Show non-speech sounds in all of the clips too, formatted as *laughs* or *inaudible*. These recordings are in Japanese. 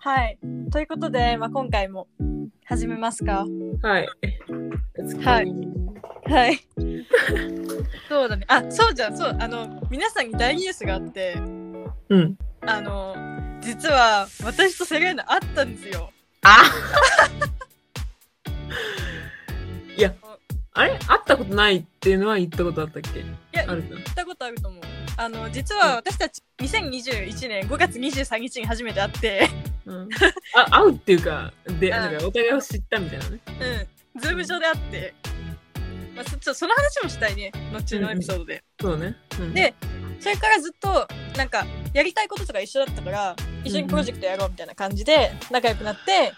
はい。ということで、まあ、今回も始めますか。はい。はい。はい。そうだね。あ、そうじゃん。そう。あの、皆さんに大ニュースがあって、うん。あの、実は私とセレーナあったんですよ。あいや、あれ会ったことないっていうのは言ったことあったっけいや、あ言っるかたことあると思う。あの、実は私たち2021年5月23日に初めて会って、 *laughs* うん。あ、会うっていうか、で、んなんかお互いを知ったみたいなね。うん。ズーム上で会って、まあ、そちょっとその話もしたいね。後のエピソードで。そうね。うんでそれからずっとなんかやりたいこととか一緒だったから一緒にプロジェクトやろうみたいな感じで仲良くなって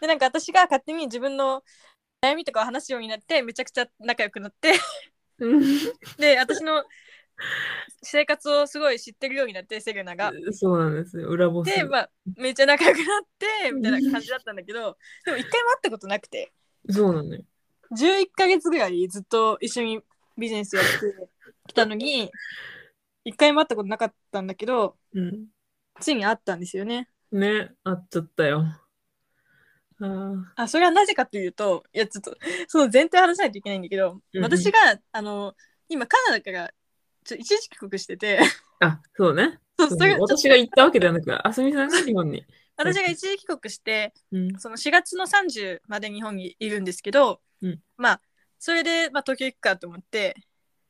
でなんか私が勝手に自分の悩みとかを話すようになってめちゃくちゃ仲良くなって *laughs* うんで私の生活をすごい知ってるようになってセレナが。 *laughs* そうなんですよ。裏ボス。でまあめっちゃ仲良くなってみたいな感じだったんだけ *laughs* どでも一回も会ったことなくてそうなのよ。 11ヶ月ぐらいずっと一緒にビジネスやってきたのに一回も会ったことなかったんだけどうん。ついに会ったんですよね。ね、会っちゃったよ。あーあそれはなぜかというといやちょっとその前提を話さないといけないんだけど、うんうん私があの今カナダからちょ一時帰国しててあ、そうね。そうそうそれがちょっと私が行ったわけではなく、あすみさんが日本に。私が一時帰国してうん。その4月の30まで日本にいるんですけど、うんまあそれで、まあ、東京行くかと思って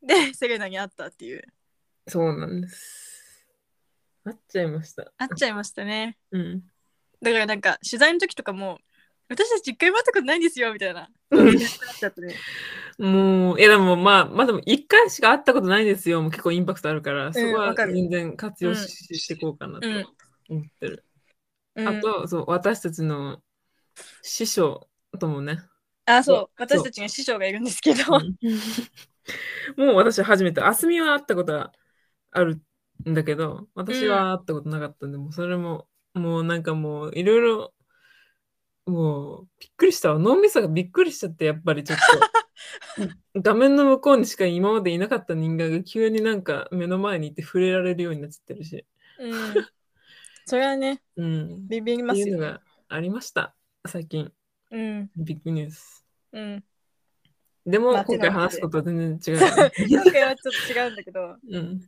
でセレナに会ったっていうそうなんです。会っちゃいました。会っちゃいましたねうん。だからなんか取材の時とかも私たち一回も会ったことないんですよみたいなうんな *laughs* っちゃってねもう、いやでもまあ、まあでも1回しか会ったことないですよ。もう結構インパクトあるから、そこわはかる全然活う用んし,、ていこうかなとうん思ってる。うんあと、そう、私たちの師匠ともね。あそうそう私たちに師匠がいるんですけど、うんもう私初めて、あすみは会ったことはあるんだけど、私は会ったことなかったんで、もうそれも、もうなんかもういろいろ、もうびっくりしたわ。脳みそがびっくりしちゃって、やっぱりちょっと。画面の向こうにしか今までいなかった人間が急になんか目の前にいて触れられるようになっちゃってるし。うんそれはね、うん。ビビりっまてすいうのよ。がありました。最近。うん、ビッグニュース。うん。でまもあ手今のひ回らで話すことは全然違今う。回はちょっと違うんだけど、うん。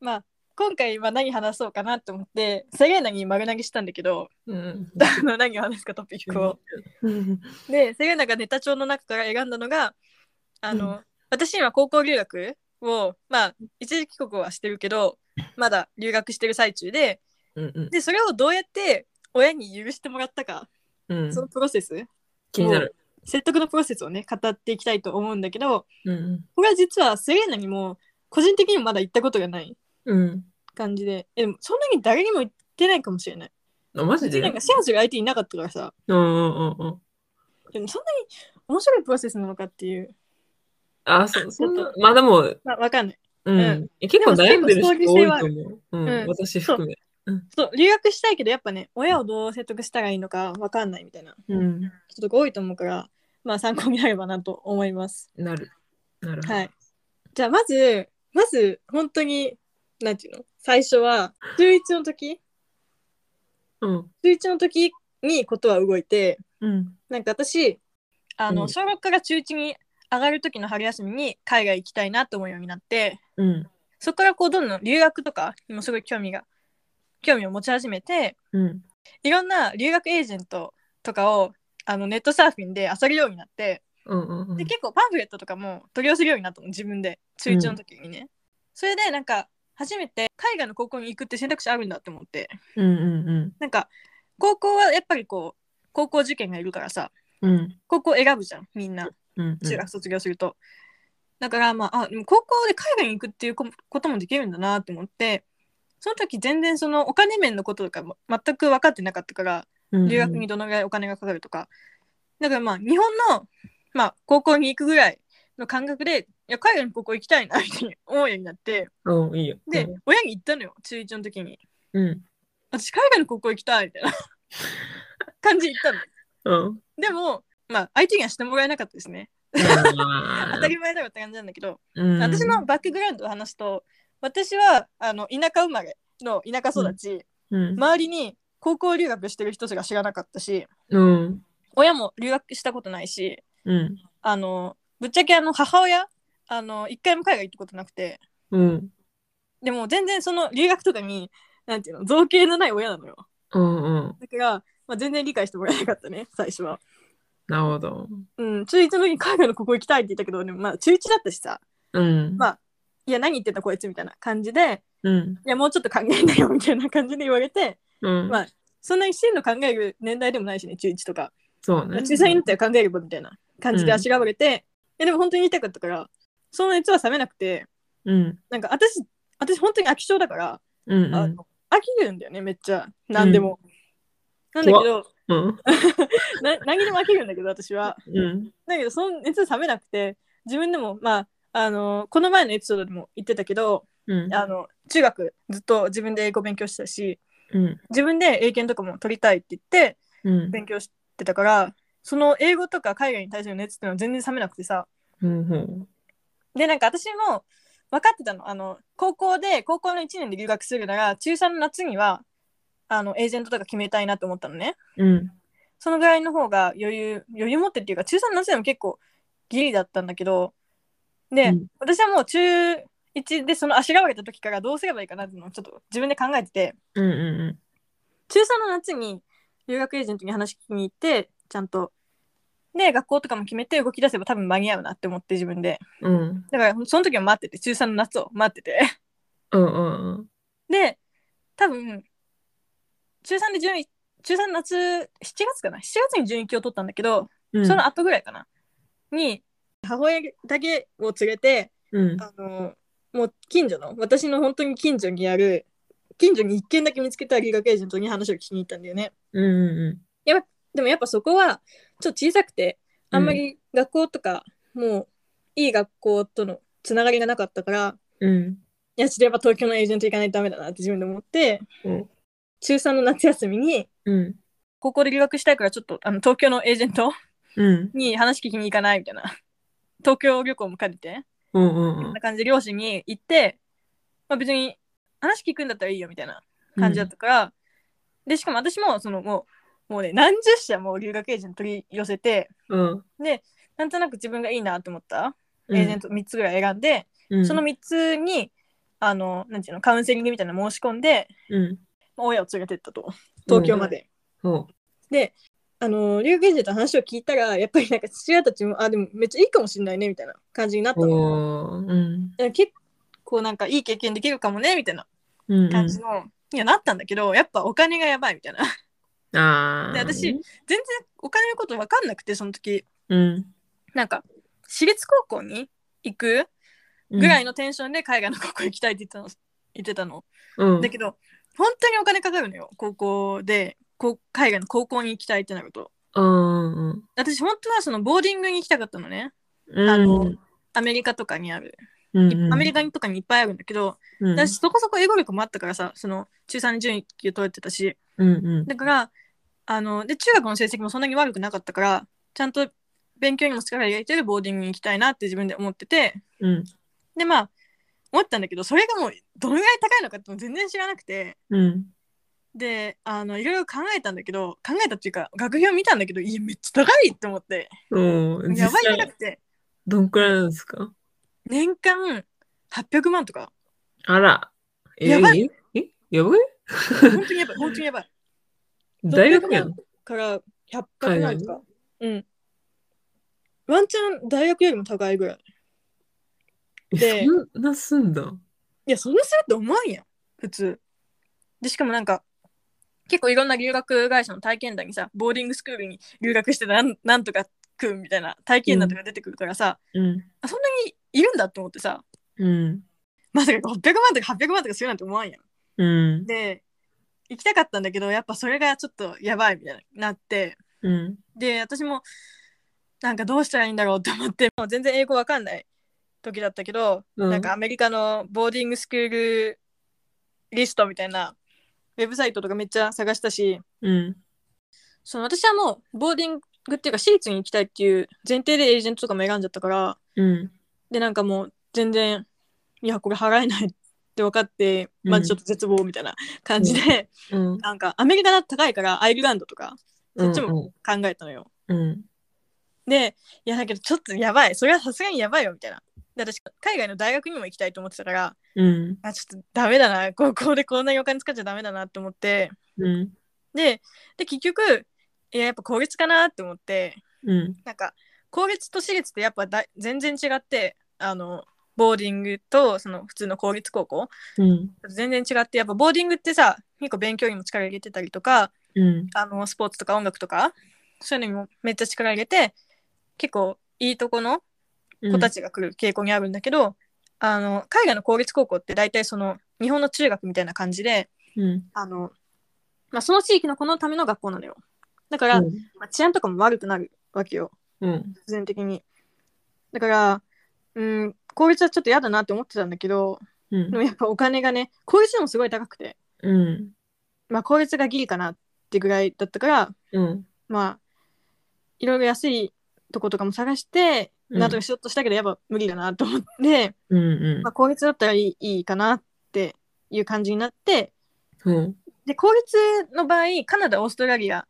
まあ、今回は何話そうかなって思って、セレーナに丸投げしたんだけど、うん。あの何を話すかトピックを。うんで、セレーナがネタ帳の中から選んだのが、あの、私今高校留学を、まあ、一時帰国はしてるけど、まだ留学してる最中で、うんで、それをどうやって親に許してもらったか、うんそのプロセス、気になる。説得のプロセスをね、語っていきたいと思うんだけど、うんこれは実はセレーナにも個人的にもまだ行ったことがないうん。感じでえでもそんなに誰にも言ってないかもしれないあ、マジでなんかシェアする相手いなかったからさうんうんうんうん。でもそんなに面白いプロセスなのかっていう、あ、そ、そんな、まあでも、まあ、わかんないうん。結構悩んでる人多いと思う。ううんん。私含め。そう留学したいけどやっぱね親をどう説得したらいいのかわかんないみたいなうん。人とか多いと思うからまあ参考になればなと思いますなる。なる。はいじゃあまずまず本当になんていうの最初は中1の時うん。中1の時にことは動いてうん。なんか私あの、うん小学から中1に上がる時の春休みに海外行きたいなと思うようになってうん。そこからこうどんどん留学とかにもすごい興味が興味を持ち始めてうん。いろんな留学エージェントとかをあのネットサーフィンで漁るようになってうんうんうんで。結構パンフレットとかも取り寄せるようになったの自分で中1の時にね、それでなんか初めて海外の高校に行くって選択肢あるんだって思ってうんうんなんか高校はやっぱりこう高校受験がいるからさうん。うん。高校選ぶじゃんみんなうん。中学卒業すると。だからまああでも高校で海外に行くっていうここともできるんだなと思ってその時全然そのお金面のこととかも全く分かってなかったからうん。留学にどのぐらいお金がかかるとか、だからまあ日本の、まあ、高校に行くぐらいの感覚でいや海外の高校行きたいなみたいに思うようになってうん。いいよ。で、親に言ったのよ中1の時にうん。私海外の高校行きたいみ *laughs* たいな感じで言ったのうん。でもまあ相手にはしてもらえなかったですね当当たり前だろって感じなんだけど前私の、バックグラウンドを話すと私はあの田舎生まれの田舎育ち、うん。周りに高校留学してる人しか知らなかったしうん。親も留学したことないしうん。あのぶっちゃけあの母親あの一回も海外行ったことなくてうん。でも全然その留学とかになんていうの造形のない親なのようん。うん。だから、まあ、全然理解してもらえなかったね最初はなるほど。うん中1の時に海外のここ行きたいって言ったけどでもまあ中1だったしさうん。まあいや何言ってんだこいつみたいな感じでうん。いやもうちょっと考えなよみたいな感じで言われてうん。まあそんな一心の考える年代でもないしね中1とかそうね。小さいんだったら考えればみたいな感じであしらわれて、いやでも本当に言いたかったからその熱は冷めなくてうん。なんか私私本当に飽き性だから、うん。あの飽きるんだよねめっちゃ何でも、なんだけどうん。な何でも飽きるんだけど私はうん。だけどその熱冷めなくて自分でもまああのこの前のエピソードでも言ってたけどうん。あの中学ずっと自分で英語勉強してたしうん。自分で英検とかも取りたいって言ってうん。勉強してたからその英語とか海外に対する熱っていうのは全然冷めなくてさうん。でなんか私も分かってたのあの高校で高校の1年で留学するなら中3の夏にはあのエージェントとか決めたいなと思ったのねうん。そのぐらいの方が余裕余裕持ってっていうか中3の夏でも結構ギリだったんだけどで、うん私はもう中1でそのあしらわれた時からどうすればいいかなっていうのをちょっと自分で考えててうん。中3の夏に留学エージェントに話聞きに行ってちゃんとで学校とかも決めて動き出せば多分間に合うなって思って自分でうん。だからその時は待ってて中3の夏を待っててうん。で多分中3で順位中3の夏7月かな7月に準1級を取ったんだけど、うん。その後ぐらいかなに母親だけを連れてうん。あのもう近所の私の本当に近所にある近所に一軒だけ見つけた留学エージェントに話を聞きに行ったんだよねうん。でもやっぱそこはちょっと小さくてあんまり学校とか、もういい学校とのつながりがなかったからうん。いやちれば東京のエージェント行かないとダメだなって自分で思って、うん中3の夏休みにうん。高校で留学したいからちょっとあの東京のエージェントうん。に話聞きに行かないみたいな東京旅行も兼ねてうん。うんそん。な感じで両親に行って、まあ、別に話聞くんだったらいいよみたいな感じだったから、でしかも私もそのもうもうね何十社も留学エージェント取り寄せて、うん。なんとなく自分がいいなと思ったエージェント3つぐらい選んで、うん。その3つにあのなんていうのカウンセリングみたいなの申し込んでうん。まあ親を連れてったと東京まで。そであの留学エージェントの話を聞いたらやっぱりなんか父親たちもあでもめっちゃいいかもしれないねみたいな感じになったう。の。おうん。いや結構なんかいい経験できるかもねみたいなうん。感じの、いやなったんだけどやっぱお金がやばいみたいなああ。で私全然お金のこと分かんなくてその時うん。なんか私立高校に行くぐらいのテンションで海外の高校行きたいって言ってたの言ってたの。のだけど本当にお金かかるのよ高校でこう海外の高校に行きたいってなると。うん。うん。私本当はそのボーディングに行きたかったのねアメリカとかにある、アメリカとかにいっぱいあるんだけど、カ私そこそこ英語力もあったからさその中3に順位級取れてたしうんうん。だからあので中学の成績もそんなに悪くなかったからちゃんと勉強にも力を入れてるボーディングに行きたいなって自分で思っててうんでまあ思ったんだけどそれがもうどのぐらい高いのかっても全然知らなくてうん。であのいろいろ考えたんだけど考えたっていうか学費を見たんだけどいやめっちゃ高いって思ってうん。やばい高実際くてどんくらいなんですか年間800万と *laughs* かあら。え、やばいええやばい本当にやばい本当にやばい大学やん。から100海外万にとかうんワンチャン大学よりも高いぐらいでえそんなすんだ。いやそんなするって思わんやん普通でしかもなんか結構いろんな留学会社の体験談にさボーディングスクールに留学してなんなんとか食うみたいな体験談とか出てくるからさ、うん。あそんなにいるんだって思ってさうん。まさか600万とか800万とかするなんて思わんやんうん。で行きたかったんだけどやっぱそれがちょっとやばいみたいになってうん。で私もなんかどうしたらいいんだろうと思ってもう全然英語わかんない時だったけど、うんなんかアメリカのボーディングスクールリストみたいなウェブサイトとかめっちゃ探したしうん。その私はもうボーディングっていうか私立に行きたいっていう前提でエージェントとかも選んじゃったからうん。でなんかもう全然いやこれ払えないっって分かって、まあうんちょっと絶望みたいな感じで、うん。なんかアメリカだと高いからアイルランドとかそっちも考えたのよ。うん。うん。で、いやだけどちょっとやばい、それはさすがにやばいよみたいな。で私海外の大学にも行きたいと思ってたから、うん。あちょっとダメだな、 *laughs* 高校でこんなにお金使っちゃダメだなって思って、うん。で、で結局、いややっぱ公立かなって思って、うん。なんか公立と私立ってやっぱだ全然違ってあのボーディングとその普通の公立高校うん。全然違ってやっぱボーディングってさ結構勉強にも力入れてたりとかうん。あのスポーツとか音楽とかそういうのにもめっちゃ力入れて結構いいとこの子たちが来る傾向にあるんだけど、あの海外の公立高校って大体その日本の中学みたいな感じでうん。あの、まあ、その地域の子のための学校なのよだから、まあ治安とかも悪くなるわけよ。うん。必然的にだからうん公立はちょっと嫌だなって思ってたんだけどうでん。もやっぱお金がね公立でもすごい高くてうん。まあ公立がギリかなってぐらいだったからうん。まあいろいろ安いとことかも探してうんなんとかしようとしたけどやっぱ無理だなと思って、うん。まあ、公立だったらいいいいかなっていう感じになってうん。で公立の場合カナダオーストラリア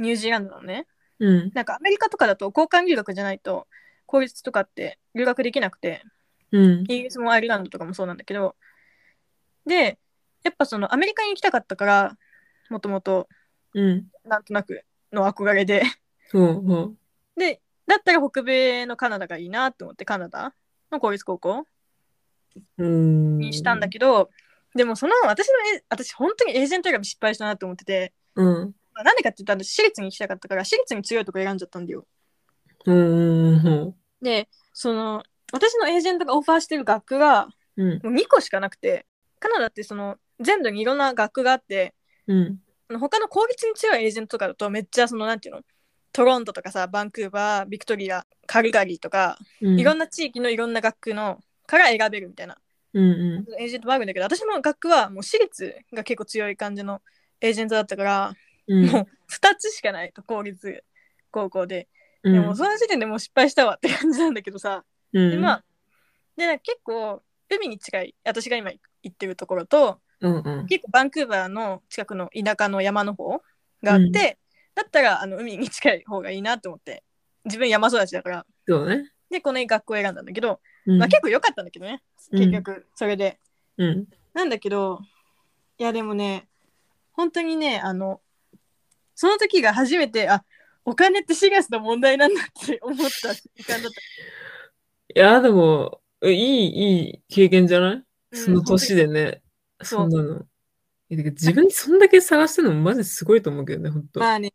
ニュージーランドなのねうん。なんかアメリカとかだと交換留学じゃないと公立とかって留学できなくてうイん。ギリスもアイルランドとかもそうなんだけどでやっぱそのアメリカに行きたかったからもともとうん。なんとなくの憧れでそう。そう。 *laughs* でだったら北米のカナダがいいなと思ってカナダの公立高校うん。にしたんだけど、でもその私のえ私本当にエージェント選び失敗したなと思っててど。うん。まあなんでかって言ったら私立に行きたかったから私立に強いとこ選んじゃったんだようん。でその私のエージェントがオファーしてる学区がうん。もう2個しかなくてカナダってその全土にいろんな学区があってうん。あの他の公立に強いエージェントとかだとめっちゃそのなんていうのトロントとかさバンクーバービクトリアカルガリーとか、うん。いろんな。な地域のいろんな学区のから選べるみたいなうん。うエージェントもあるんだけど私の学区はもう私立が結構強い感じのエージェントだったから、ん。うん。もう2つしかないと公立高校で、うでん。もその時点でもう失敗したわって感じなんだけどさ、うん。でまあでなんか結構海に近い私が今行ってるところと、うん。うん。結構バンクーバーの近くの田舎の山の方があって、うんだったらあの海に近い方がいいなと思って自分山育ちだからそうね。でこの学校を選んだんだけど、うんまあ、結構良かったんだけどねうん結局それで、うん。なんだけどいやでもね本当にねあのその時が初めてあお金ってシリアスな問題なんだって *laughs* 思った時間だっいや、でも、いい、いい経験じゃないた、その年ででね、そそんうなの。いやだけど自分そんだけ探してるのマジすごいと思うけどね、本当。まあね、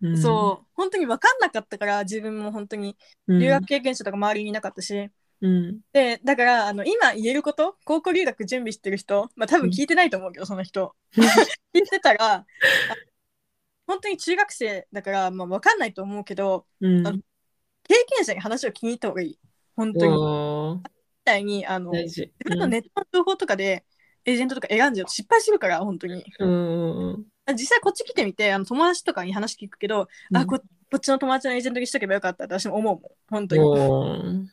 うんそう本当に分かんなかったから自分も本当にうん。留学経験者とか周りにいなかったし、うん。でだからあの今言えること高校留学準備してる人、まあ、多分聞いてないと思うけど、その *laughs* 人聞いてたらあ本当に中学生だから、まあ、分かんないと思うけどうん。あの経験者に話を聞きに行った方がいい本当にみおーたいにあの大自事。分のネットの情報とかでエージェントとか選んじゃうと失敗するから本当にうん。うん。実際こっち来てみてあの友達とかに話聞くけど、あここっちの友達のエージェントにしとけばよかったって私も思うもん本当におー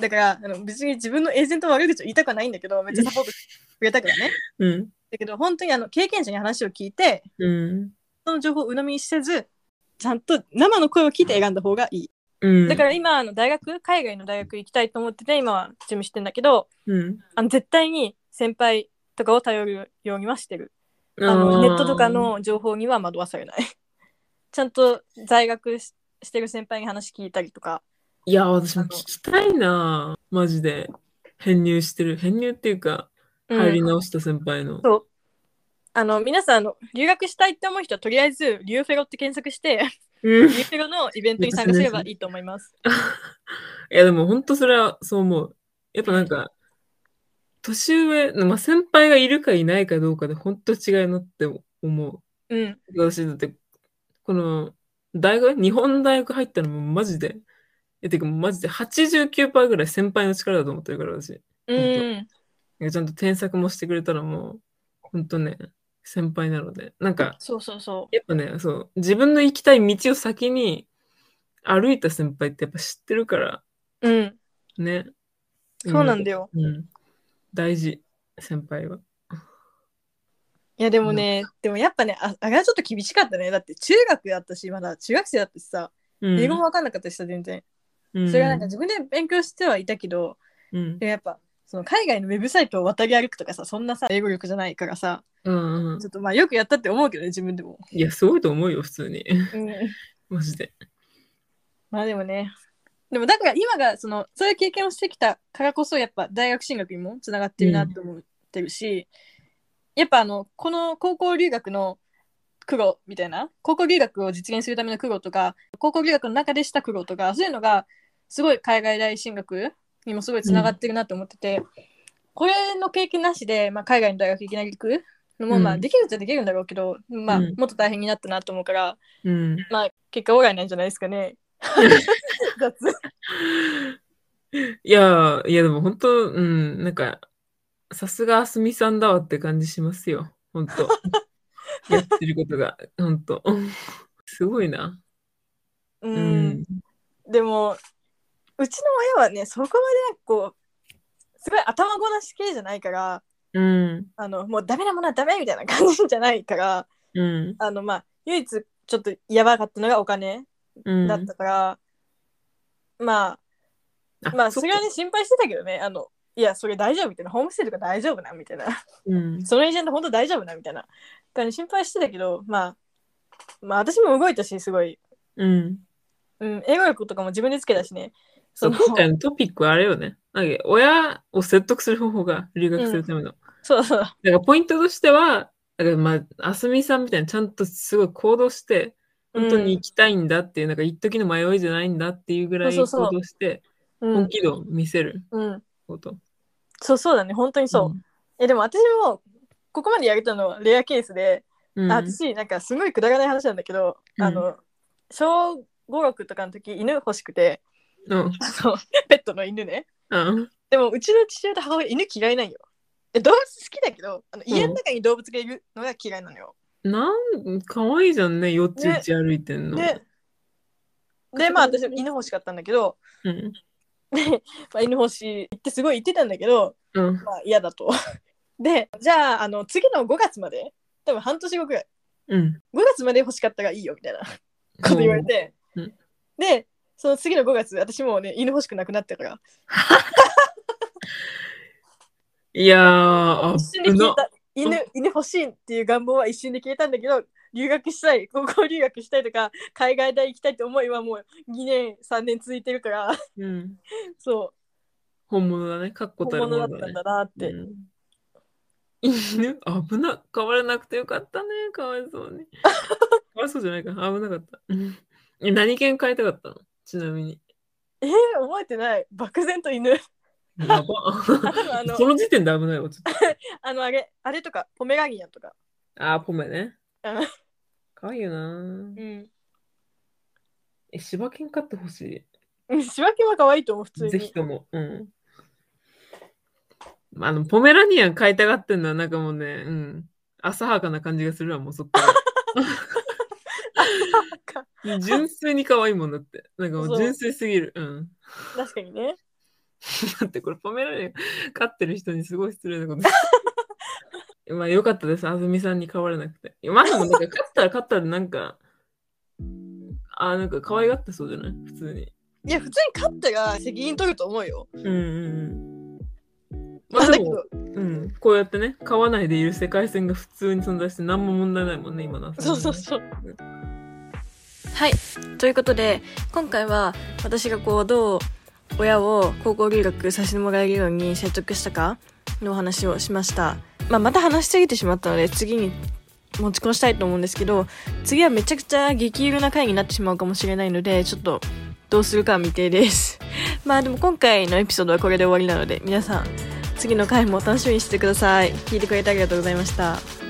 だからあの別に自分のエージェントの悪口を言いたくはないんだけどめっちゃサポートしてくれたからねうん。だけど本当にあの経験者に話を聞いてうん。その情報を鵜呑みにせずちゃんと生の声を聞いて選んだ方がいい、うん。だから今あの大学海外の大学行きたいと思ってて今は準備してんだけどうん、あの絶対に先輩とかを頼るようにはしてるああのネットとかの情報には惑わされない *laughs* ちゃんと在学ししてる先輩に話聞いたりとかー。いや、私もあ聞のきたいなマジで。編入してる。編入っていうか、うん入り直した先輩の。そうあの皆さんあの留学したいって思う人はとりあえずリューフェロって検索してうん。リューフェロのイベントに参加すればいいと思いますいや、でも本当それはそう思う。やっぱなんか、年上の、まあ、先輩がいるかいないかどうかで本当違いなって思うんう。私だって、この、大学、日本大学入ったのもマジで、え、てかもうマジで89%ぐらい先輩の力だと思ってるから、私。うんなんかちゃんと添削もしてくれたらもう、本当ね、先輩なので。なんか、そうそうそやっぱね、そう、自分の行きたい道を先に歩いた先輩ってやっぱ知ってるから、う。うん。ね。そうなんだよ。うん。大事。先輩は。いやでもね、でもやっぱねああれはちょっと厳しかったねだって中学だったしまだ中学生だったしさうん英語も分かんなかったしさ全然、うんそれがなんか自分で勉強してはいたけどうんでもやっぱその海外のウェブサイトを渡り歩くとかさそんなさ英語力じゃないからさうんうんちょっとまあよくやったって思うけどね自分でも、いや、すごいと思うよ、普通に。 *laughs* うん、マジで。まあでもねでもだから今がそのそういう経験をしてきたからこそやっぱ大学進学にもつながってるなと思ってるし、やっぱあのこの高校留学の苦労みたいな高校留学を実現するための苦労とか高校留学の中でした苦労とかそういうのがすごい海外大進学にもすごいつながってるなと思ってて、これの経験なしで、まあ、海外の大学いきなり行くのもまうあんできるっちゃできるんだろうけど、まあうんもっと大変になったなと思うから、うん。まあ結果オーライなんじゃないですかね。 *laughs* 雑いやー、いや、でも本当、うん、なんか、さすがあすみさんだわって感じしますよ。本当。 *laughs* やってることが、本当。 *laughs* すごいな。う、うんん。でもうちの親はねそこまでなんかこうすごい頭ごなし系じゃないからうん。あのもうダメなものはダメみたいな感じじゃないからうん。あのまあ唯一ちょっとやばかったのがお金うん。だったから、まああまあそそっかれはね心配してたけどねあのいやそれ大丈夫みたいなホームステイとか大丈夫なみたいなうん。そのエージェント本当大丈夫なみたいな感じ心配してたけどまあまあ私も動いたしすごい、うん。うん、英語力とかも自分でつけたしねそう、その今回のトピックはあれよね。なんか親を説得する方法が留学するための。そうそうだからポイントとしては、だからまあ、あすみさんみたいにちゃんとすごい行動して、本当に行きたいんだっていう、なんか一時の迷いじゃないんだっていうぐらいそう行そうそう動して、うん、本気度を見せるうん、こと。そうそうだね本当にそう、えでも私もここまでやれたのはレアケースで、うん。うん。あ私なんかすごいくだらない話なんだけど、うんあの小56とかの時犬欲しくてうん。あの *laughs* ペットの犬ねうんでもうちの父親と母親犬嫌いなんよえ動物好きだけどあの家の中に動物がいるのが嫌いなのよ、なん、かわいいじゃんね、よっちよっち歩いてんの。ででまあ私も犬欲しかったんだけど、うん。まあ、犬欲しいってすごい言ってたんだけど、うん。まあ嫌だと。 *laughs* で、じゃあ、あの次の5月まで、多分半年後くらい、うん。 5月まで欲しかったがいいよみたいなこと言われて、うんうんで、その次の5月、私もうね、犬欲しくなくなったから、いやー、あ一瞬で消えた、ん犬、犬欲しいっていう願望は一瞬で消えたんだけど、留学したい、高校留学したいとか、海外大行きたいって思いはもう2年、3年続いてるから、 *laughs* うん。そ本物だね、かっう、こた本る物もだのったんだ。なだねって。うん犬危な、変わらなくてよかったね。かわいそう *laughs* に。かわいそうじゃないか。危なかった。 *laughs* うんえ何犬飼いたかったのちなみ *laughs* に。えー、覚えてない。漠然と犬。やば。あ多分あの *laughs* その時点で危ないわ。ちょっあの、あれ、あれとか、ポメラニアンとか。とあー、ポメねうん。かわいいよなう。ん。え、柴犬飼ってほしうん柴犬は可愛いと思う、普通い。に。ぜひとも。うん。あの、ポメラニアン飼いたがってんのは、なんかもうね、うん。浅はかな感じがするわ、もうそっから。か純粋に可愛いもんだって。なんかもそうう純粋すぎる。うん。確かにね。だってこれポメラニアン飼ってる人にすごい失礼 *laughs* なことまあよかったです、あずみさんに飼われなくて。いやまあでもなんか飼ったら飼ったらなんか、あーなんか可愛がってそうじゃない普通に。いや、普通に勝ったが責任取ると思うよ。うんうんうん。ままあ、あだでけも、ど、うん、こうやってね、飼わないでいる世界線が普通に存在して何も問題ないもんね、今のあずみそうそうそう。はい。ということで、今回は私がこう、どう親を高校留学させてもらえるように説得したかのお話をしました。まあ、また話しすぎてしまったので、次に持ち越したいと思うんですけど、次はめちゃくちゃ激色な回になってしまうかもしれないので、ちょっとどうするかは未定です。 *laughs* まあでも今回のエピソードはこれで終わりなので、皆さん、次の回も楽しみにしててください。聞いてくれてありがとうございました。